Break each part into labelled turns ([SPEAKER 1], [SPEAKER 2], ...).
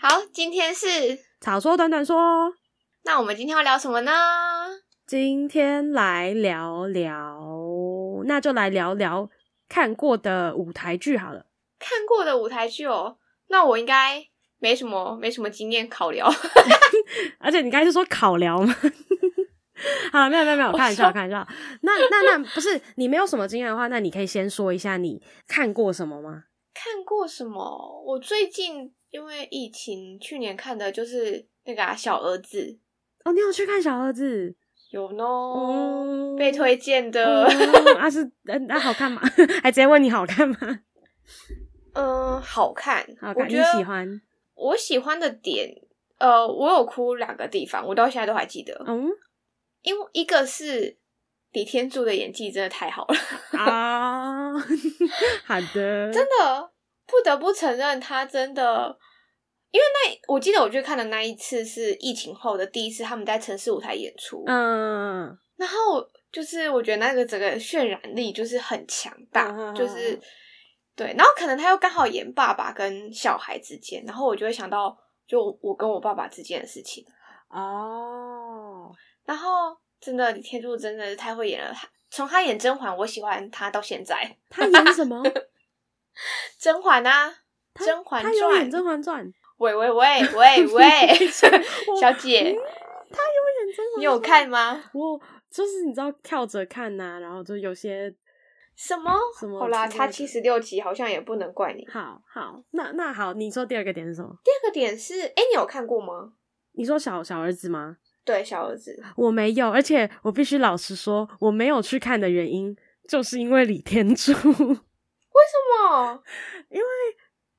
[SPEAKER 1] 好，今天是，
[SPEAKER 2] 草说短短说，
[SPEAKER 1] 那我们今天要聊什么呢？
[SPEAKER 2] 今天来聊聊，那就来聊聊看过的舞台剧好了。
[SPEAKER 1] 看过的舞台剧哦，那我应该没什么没什么经验考聊。
[SPEAKER 2] 而且你刚才是说考聊吗？ 好了，没有没有没有，
[SPEAKER 1] 我
[SPEAKER 2] 开玩笑
[SPEAKER 1] 说
[SPEAKER 2] 开玩笑。那那那不是你没有什么经验的话，那你可以先说一下你看过什么吗？
[SPEAKER 1] 看过什么？我最近因为疫情，去年看的就是那个、啊、小儿子，
[SPEAKER 2] 哦，你有去看小儿子？
[SPEAKER 1] 有呢、
[SPEAKER 2] 哦
[SPEAKER 1] 被推荐的。
[SPEAKER 2] 哦啊是呃那好看吗？ 还直接问你好看吗？
[SPEAKER 1] 嗯，好看，
[SPEAKER 2] 好
[SPEAKER 1] 我
[SPEAKER 2] 看，你
[SPEAKER 1] 觉得
[SPEAKER 2] 喜欢？
[SPEAKER 1] 我喜欢的点，呃，我有哭两个地方，我到现在都还记得。
[SPEAKER 2] 嗯
[SPEAKER 1] 因为一个是李天柱的演技真的太好了，
[SPEAKER 2] 啊， 好的，
[SPEAKER 1] 真的不得不承认他真的。因为那我记得我去看的那一次是疫情后的第一次，他们在城市舞台演出，
[SPEAKER 2] 嗯，
[SPEAKER 1] 然后就是我觉得那个整个渲染力就是很强大，
[SPEAKER 2] 嗯
[SPEAKER 1] 就是对，然后可能他又刚好演爸爸跟小孩之间，然后我就会想到就我跟我爸爸之间的事情，
[SPEAKER 2] 哦，
[SPEAKER 1] 然后真的李天柱真的是太会演了，他从他演甄嬛，我喜欢他到现在，
[SPEAKER 2] 他演什么？
[SPEAKER 1] 甄嬛啊，《甄嬛
[SPEAKER 2] 他
[SPEAKER 1] 传
[SPEAKER 2] 有演《甄》，嬛 传》
[SPEAKER 1] 喂喂喂喂哎 喂，小姐
[SPEAKER 2] 嗯， 他有演《甄嬛》，
[SPEAKER 1] 你有看？吗？
[SPEAKER 2] 我就是你知道跳着看呐、然后就有些
[SPEAKER 1] 什么？
[SPEAKER 2] 什么
[SPEAKER 1] 好啦，
[SPEAKER 2] 之类
[SPEAKER 1] 他
[SPEAKER 2] 的
[SPEAKER 1] 七十六集好像也不能怪你。
[SPEAKER 2] 好好，那那好，你说第二个点是什么？
[SPEAKER 1] 第二个点是，哎、你有看过吗？
[SPEAKER 2] 你说小小儿子吗？
[SPEAKER 1] 对，小儿子。
[SPEAKER 2] 我没有，而且我必须老实说，我没有去看的原因就是因为李天柱。
[SPEAKER 1] 哦，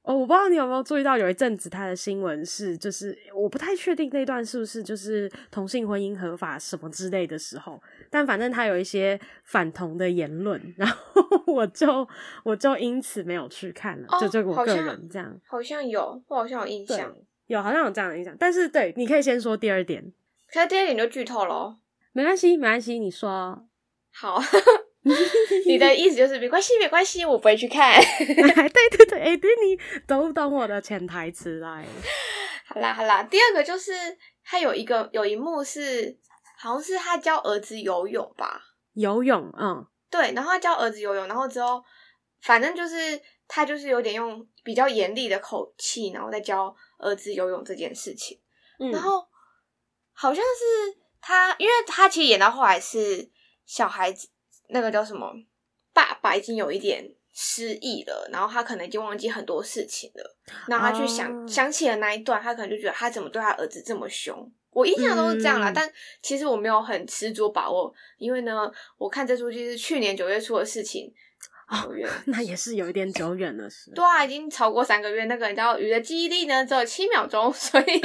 [SPEAKER 2] 哦，我不知道你有没有注意到，有一阵子他的新闻是，就是我不太确定那段是不是就是同性婚姻合法什么之类的时候，但反正他有一些反同的言论，然后我就我就因此没有去看了，
[SPEAKER 1] 哦
[SPEAKER 2] 就就我
[SPEAKER 1] 好
[SPEAKER 2] 个
[SPEAKER 1] 像
[SPEAKER 2] 人这样，
[SPEAKER 1] 好像有，我好像有印
[SPEAKER 2] 对
[SPEAKER 1] 象。，
[SPEAKER 2] 有好像有这样的印象，但是对，你可以先说第二点，
[SPEAKER 1] 可是第二点就剧透咯。
[SPEAKER 2] 没关系，没关系，你说，
[SPEAKER 1] 好，你的意思就是没关系，没关系，我不会去看。
[SPEAKER 2] 对对对，哎、对你懂不懂我的潜台词来了？
[SPEAKER 1] 好啦好啦，第二个就是他有一个有一幕是，好像是他教儿子游泳吧？
[SPEAKER 2] 游泳，嗯，
[SPEAKER 1] 对，然后他教儿子游泳，然后之后反正就是他就是有点用比较严厉的口气，然后再教儿子游泳这件事情。
[SPEAKER 2] 嗯
[SPEAKER 1] 然后好像是他，因为他其实演到后来是小孩子那个叫什么，爸爸已经有一点失忆了，然后他可能已经忘记很多事情了，然后他去想、
[SPEAKER 2] 哦
[SPEAKER 1] 想起了那一段，他可能就觉得他怎么对他儿子这么凶。我印象中是这样啦，
[SPEAKER 2] 嗯
[SPEAKER 1] 但其实我没有很十足把握，因为呢，我看这出剧是去年九月初的事情，
[SPEAKER 2] 哦
[SPEAKER 1] 九月，
[SPEAKER 2] 那也是有一点久远了，是。
[SPEAKER 1] 对啊，已经超过三个月。那个你知道鱼的记忆力呢只有七秒钟， 所以，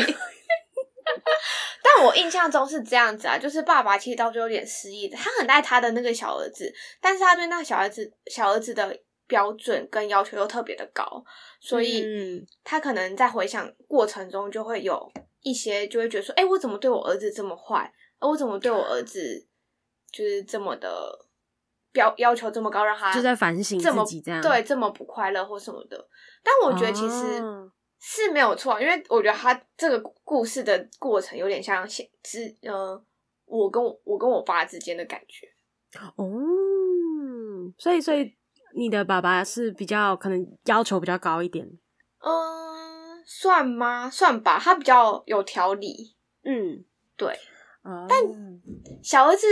[SPEAKER 1] 但我印象中是这样子啊，就是爸爸其实到最后有点失忆的，他很爱他的那个小儿子，但是他对那个小儿子小儿子的标准跟要求又特别的高，所以
[SPEAKER 2] 嗯
[SPEAKER 1] 他可能在回想过程中就会有一些就会觉得说，哎、我怎么对我儿子这么坏？呃我怎么对我儿子就是这么的标要求这么高，让他
[SPEAKER 2] 就在反省
[SPEAKER 1] 这
[SPEAKER 2] 自
[SPEAKER 1] 么
[SPEAKER 2] 己这样。
[SPEAKER 1] 对，这么不快乐或什么的。但我觉得其实
[SPEAKER 2] 哦
[SPEAKER 1] 是没有错，因为我觉得他这个故事的过程有点像现之呃，我跟我我跟我爸之间的感觉。
[SPEAKER 2] 哦，所以所以你的爸爸是比较可能要求比较高一点。
[SPEAKER 1] 嗯，算吗？算吧，他比较有条理。
[SPEAKER 2] 嗯，
[SPEAKER 1] 对，
[SPEAKER 2] 哦，
[SPEAKER 1] 小儿子，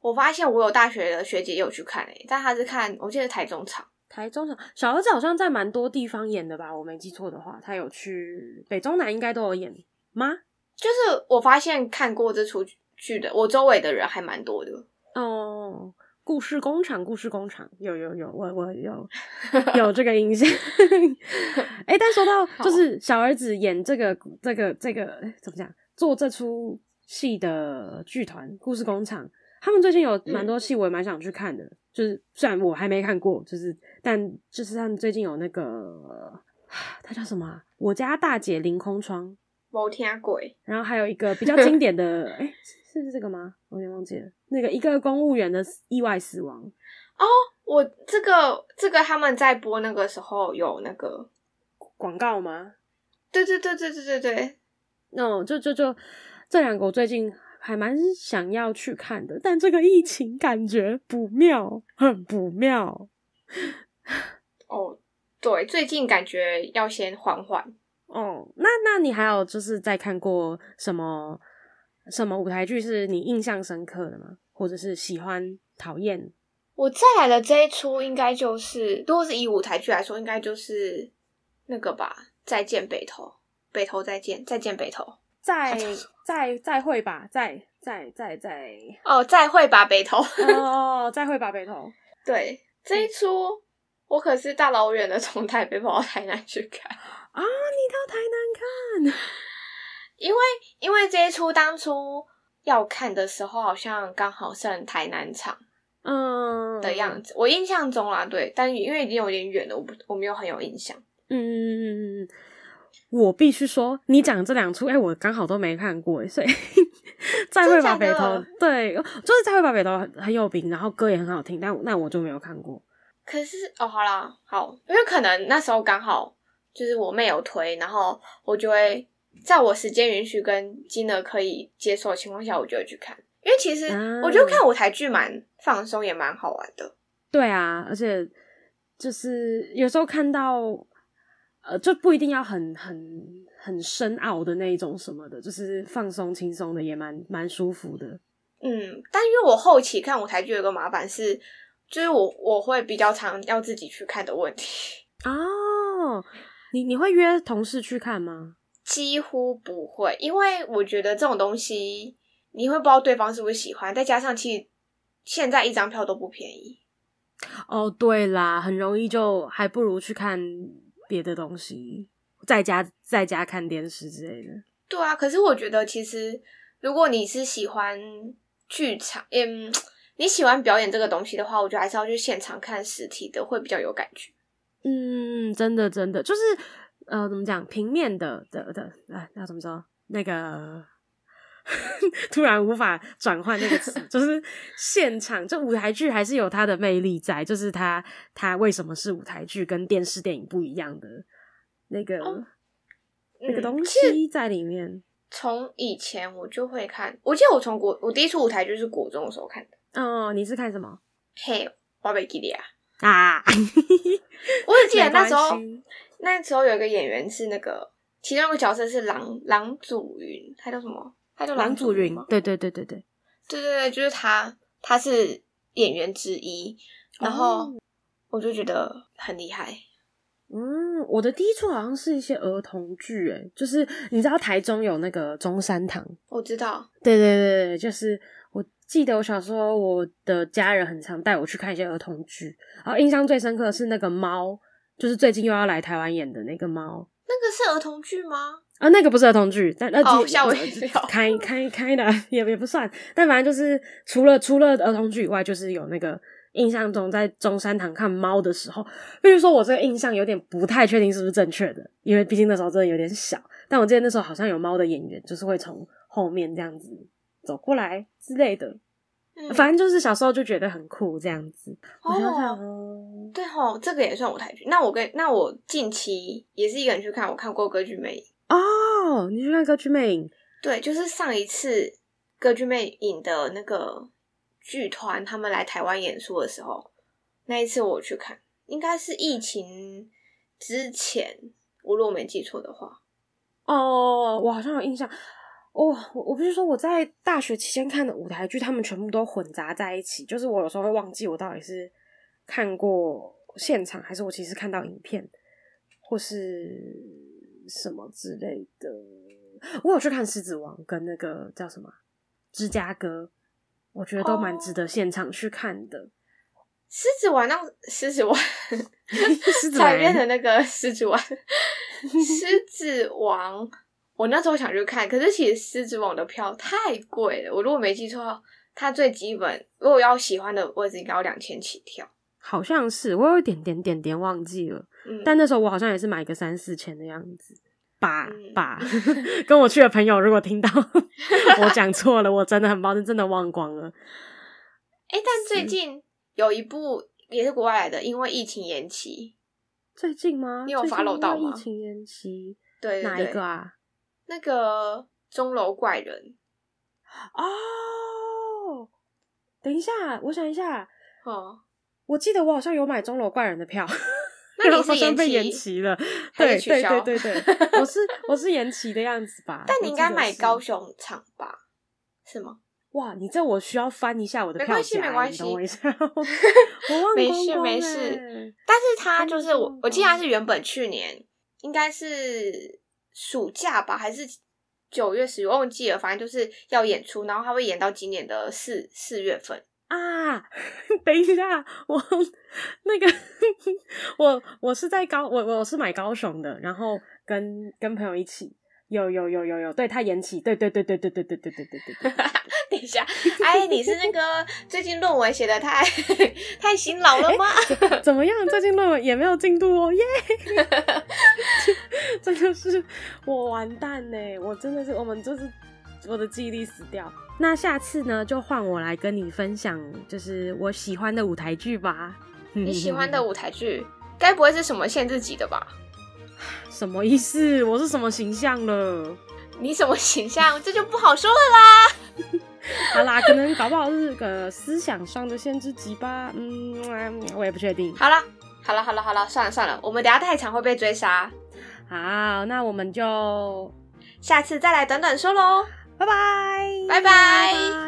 [SPEAKER 1] 我发现我有大学的学姐也有去看诶、欸但他是看我记得台中场，
[SPEAKER 2] 台中小小儿子好像在蛮多地方演的吧？我没记错的话，他有去北中南应该都有演吗？
[SPEAKER 1] 就是我发现看过这出剧的，我周围的人还蛮多的。
[SPEAKER 2] 哦，故事工厂，故事工厂，有有有，我我有有这个印象。哎、但说到
[SPEAKER 1] 好
[SPEAKER 2] 就是小儿子演这个这个这个诶怎么讲，做这出戏的剧团故事工厂，他们最近有蛮多戏，我也蛮想去看的。就是虽然我还没看过，就是但就是他们最近有那个，他叫什么啊、我家大姐凌空窗。
[SPEAKER 1] 某天鬼，
[SPEAKER 2] 然后还有一个 比较经典的，哎、是是这个吗？我有点忘记了。那个一个公务员的意外死亡，
[SPEAKER 1] 我这个这个他们在播那个时候有那个
[SPEAKER 2] 广告吗？
[SPEAKER 1] 对对对对对对对，
[SPEAKER 2] 那、就就就这两个我最近还蛮想要去看的，但这个疫情感觉不妙，很不妙。
[SPEAKER 1] 哦，对，最近感觉要先缓缓。
[SPEAKER 2] 哦，那那你还有就是在看过什么什么舞台剧是你印象深刻的吗？或者是喜欢、讨厌？
[SPEAKER 1] 我再来的这一出应该就是，如果是以舞台剧来说，应该就是那个吧，《再见北投》，北投再见，再见北投。
[SPEAKER 2] 再 再再会吧，再再再再
[SPEAKER 1] 哦，再会吧北投。
[SPEAKER 2] 哦，再会吧，北投。
[SPEAKER 1] 对，这一出我可是大老远的从台北跑到台南去看。
[SPEAKER 2] 啊，你到台南看？
[SPEAKER 1] 因为因为这一出当初要看的时候，好像刚好剩台南场
[SPEAKER 2] 嗯
[SPEAKER 1] 的样子，我印象中啦，对，但因为已经有点远了，我不我没有很有印象。
[SPEAKER 2] 嗯嗯嗯嗯嗯，我必须说，你讲这两出，哎、我刚好都没看过，所以 再会吧，
[SPEAKER 1] 真
[SPEAKER 2] 北
[SPEAKER 1] 的假
[SPEAKER 2] 投
[SPEAKER 1] 的，
[SPEAKER 2] 对，就是再会吧，北投很很有名，然后歌也很好听，但我那我就没有看过。
[SPEAKER 1] 可是哦，好啦，好，因为可能那时候刚好就是我妹有推，然后我就会在我时间允许跟金额可以接受的情况下，我就会去看。因为其实
[SPEAKER 2] 啊
[SPEAKER 1] 我觉得看舞台剧蛮放松，也蛮好玩的。
[SPEAKER 2] 对啊，而且就是有时候看到，呃，就不一定要很很很深奥的那一种什么的，就是放松轻松的，也蛮蛮舒服的。
[SPEAKER 1] 嗯，但因为我后期看舞台剧有个麻烦是，就是我我会比较常要自己去看的问题，
[SPEAKER 2] 哦，你你会约同事去看吗？
[SPEAKER 1] 几乎不会，因为我觉得这种东西你会不知道对方是不是喜欢，再加上其实现在一张票都不便宜。
[SPEAKER 2] 哦，对啦，很容易就还不如去看别的东西，在家在家看电视之类的。
[SPEAKER 1] 对啊，可是我觉得其实如果你是喜欢剧场，嗯，你喜欢表演这个东西的话，我觉得还是要去现场看实体的会比较有感觉。
[SPEAKER 2] 嗯，真的真的，就是呃，怎么讲，平面的的的，啊，要怎么说？那个 突然无法转换那个词，就是现场，这舞台剧还是有它的魅力在，就是它它为什么是舞台剧，跟电视电影不一样的那个、
[SPEAKER 1] 哦
[SPEAKER 2] 那个
[SPEAKER 1] 嗯
[SPEAKER 2] 东
[SPEAKER 1] 其实
[SPEAKER 2] 西在里面。
[SPEAKER 1] 从以前我就会看，我记得我从国我第一出舞台剧是国中的时候看的。
[SPEAKER 2] 哦，你是看什么
[SPEAKER 1] 嘿，我被记得啊！
[SPEAKER 2] 啊？
[SPEAKER 1] 我只记得那时
[SPEAKER 2] 没
[SPEAKER 1] 候
[SPEAKER 2] 关，系
[SPEAKER 1] 那时候有一个演员是那个，其中一个角色是郎郎祖云，他叫什么？他叫
[SPEAKER 2] 郎
[SPEAKER 1] 祖
[SPEAKER 2] 祖云
[SPEAKER 1] 吗，
[SPEAKER 2] 对对对对对，
[SPEAKER 1] 对对对，就是他，他是演员之一。然
[SPEAKER 2] 哦
[SPEAKER 1] 后我就觉得很厉害。
[SPEAKER 2] 嗯，我的第一处好像是一些儿童剧，诶，就是你知道台中有那个中山堂，
[SPEAKER 1] 我知道，
[SPEAKER 2] 对对对对，就是我记得我小时候，我的家人很常带我去看一些儿童剧，然后印象最深刻的是那个猫，就是最近又要来台湾演的那个猫，
[SPEAKER 1] 那个是儿童剧吗？
[SPEAKER 2] 啊，那个不是儿童剧，但那
[SPEAKER 1] 哦
[SPEAKER 2] 剧
[SPEAKER 1] 吓我一跳
[SPEAKER 2] 开开开的也也不算，但反正就是除了除了儿童剧以外，就是有那个印象中在中山堂看猫的时候，比如说我这个印象有点不太确定是不是正确的，因为毕竟那时候真的有点小，但我记得那时候好像有猫的演员就是会从后面这样子走过来之类的，
[SPEAKER 1] 嗯，
[SPEAKER 2] 反正就是小时候就觉得很酷这样子。我想想
[SPEAKER 1] 哦
[SPEAKER 2] 哦，
[SPEAKER 1] 对吼，这个也算舞台剧。那我跟那我近期也是一个人去看，我看过《歌剧魅影》。
[SPEAKER 2] 哦，你去看《歌剧魅影》
[SPEAKER 1] 对，就是上一次《歌剧魅影》的那个剧团他们来台湾演出的时候，那一次我去看，应该是疫情之前，我如果没记错的话。
[SPEAKER 2] 哦，我好像有印象。哦，我我不是说我在大学期间看的舞台剧，他们全部都混杂在一起，就是我有时候会忘记我到底是看过现场，还是我其实看到影片，或是什么之类的。我有去看《狮子王》跟那个叫什么啊《芝加哥》，我觉得都蛮
[SPEAKER 1] 哦
[SPEAKER 2] 值得现场去看的。
[SPEAKER 1] 狮子丸那狮子丸，
[SPEAKER 2] 狮子
[SPEAKER 1] 彩
[SPEAKER 2] 王
[SPEAKER 1] 面的那个狮子王，狮子王，我那时候想去看，可是其实狮子王的票太贵了。我如果没记错，它最基本如果要喜欢的位置应该要两千起跳。
[SPEAKER 2] 好像是我有一点点点点忘记了。
[SPEAKER 1] 嗯，
[SPEAKER 2] 但那时候我好像也是买个三四千的样子。吧
[SPEAKER 1] 嗯
[SPEAKER 2] 吧， 跟我去的朋友如果听 到我讲错了，我真的很抱歉，真的忘光了。
[SPEAKER 1] 哎、但最近有一部也是国外来的，因为疫情延期。
[SPEAKER 2] 最近吗？
[SPEAKER 1] 你有
[SPEAKER 2] 最近
[SPEAKER 1] follow
[SPEAKER 2] 因为
[SPEAKER 1] 到
[SPEAKER 2] 疫
[SPEAKER 1] 吗
[SPEAKER 2] 情延期，
[SPEAKER 1] 对对
[SPEAKER 2] 哪一
[SPEAKER 1] 对
[SPEAKER 2] 个啊？
[SPEAKER 1] 那个钟楼怪人，
[SPEAKER 2] 哦，等一下，我想一下，
[SPEAKER 1] 哦，
[SPEAKER 2] 我记得我好像有买钟楼怪人的票，
[SPEAKER 1] 那你
[SPEAKER 2] 然后
[SPEAKER 1] 是
[SPEAKER 2] 好像被
[SPEAKER 1] 延
[SPEAKER 2] 延
[SPEAKER 1] 期
[SPEAKER 2] 期了，
[SPEAKER 1] 还
[SPEAKER 2] 对
[SPEAKER 1] 是取
[SPEAKER 2] 对
[SPEAKER 1] 消
[SPEAKER 2] 对对对，我是我是延期的样子吧？
[SPEAKER 1] 但
[SPEAKER 2] 我
[SPEAKER 1] 你应
[SPEAKER 2] 记
[SPEAKER 1] 该
[SPEAKER 2] 得
[SPEAKER 1] 买
[SPEAKER 2] 是
[SPEAKER 1] 高雄场吧？是吗？
[SPEAKER 2] 哇，你这我需要翻一下我的
[SPEAKER 1] 没
[SPEAKER 2] 票
[SPEAKER 1] 关系
[SPEAKER 2] 夹
[SPEAKER 1] 没
[SPEAKER 2] 欸，
[SPEAKER 1] 关
[SPEAKER 2] 你等
[SPEAKER 1] 系
[SPEAKER 2] 我一下， 我我忘
[SPEAKER 1] 没
[SPEAKER 2] 光
[SPEAKER 1] 事
[SPEAKER 2] 光
[SPEAKER 1] 没事
[SPEAKER 2] 欸。
[SPEAKER 1] 但是他
[SPEAKER 2] 真
[SPEAKER 1] 就是我
[SPEAKER 2] 棒，
[SPEAKER 1] 我记得他是原本去年应该是暑假吧，还是九月十月，我忘记了，反正就是要演出，然后他会演到今年的四四月份。
[SPEAKER 2] 啊， 等一下，我那个我我是在高我我是买高雄的，然后跟跟朋友一起，有有有有有，对他延期，对对对对对对对对对对对对，
[SPEAKER 1] 等一下，哎，你是那个最近论文写的太 太辛劳了吗？
[SPEAKER 2] 怎么样？最近论文也没有进度哦，耶！这这就是我完蛋呢、我真的是我们就是我的记忆力死掉。那下次呢，就换我来跟你分享，就是我喜欢的舞台剧吧。
[SPEAKER 1] 你
[SPEAKER 2] 你
[SPEAKER 1] 喜欢的舞台剧，该不会是什么限制级的吧？
[SPEAKER 2] 什么意思？我是什么形象了？
[SPEAKER 1] 你什么形象，这就不好说了啦。
[SPEAKER 2] 好啦，可能搞不好是个思想上的限制级吧。嗯，嗯我也不确定。
[SPEAKER 1] 好啦，好了，好了，好了，算了算了，我们等一下太长会被追杀，
[SPEAKER 2] 好，那我们就
[SPEAKER 1] 下次再来等等说喽。
[SPEAKER 2] 拜拜，
[SPEAKER 1] 拜拜
[SPEAKER 2] 拜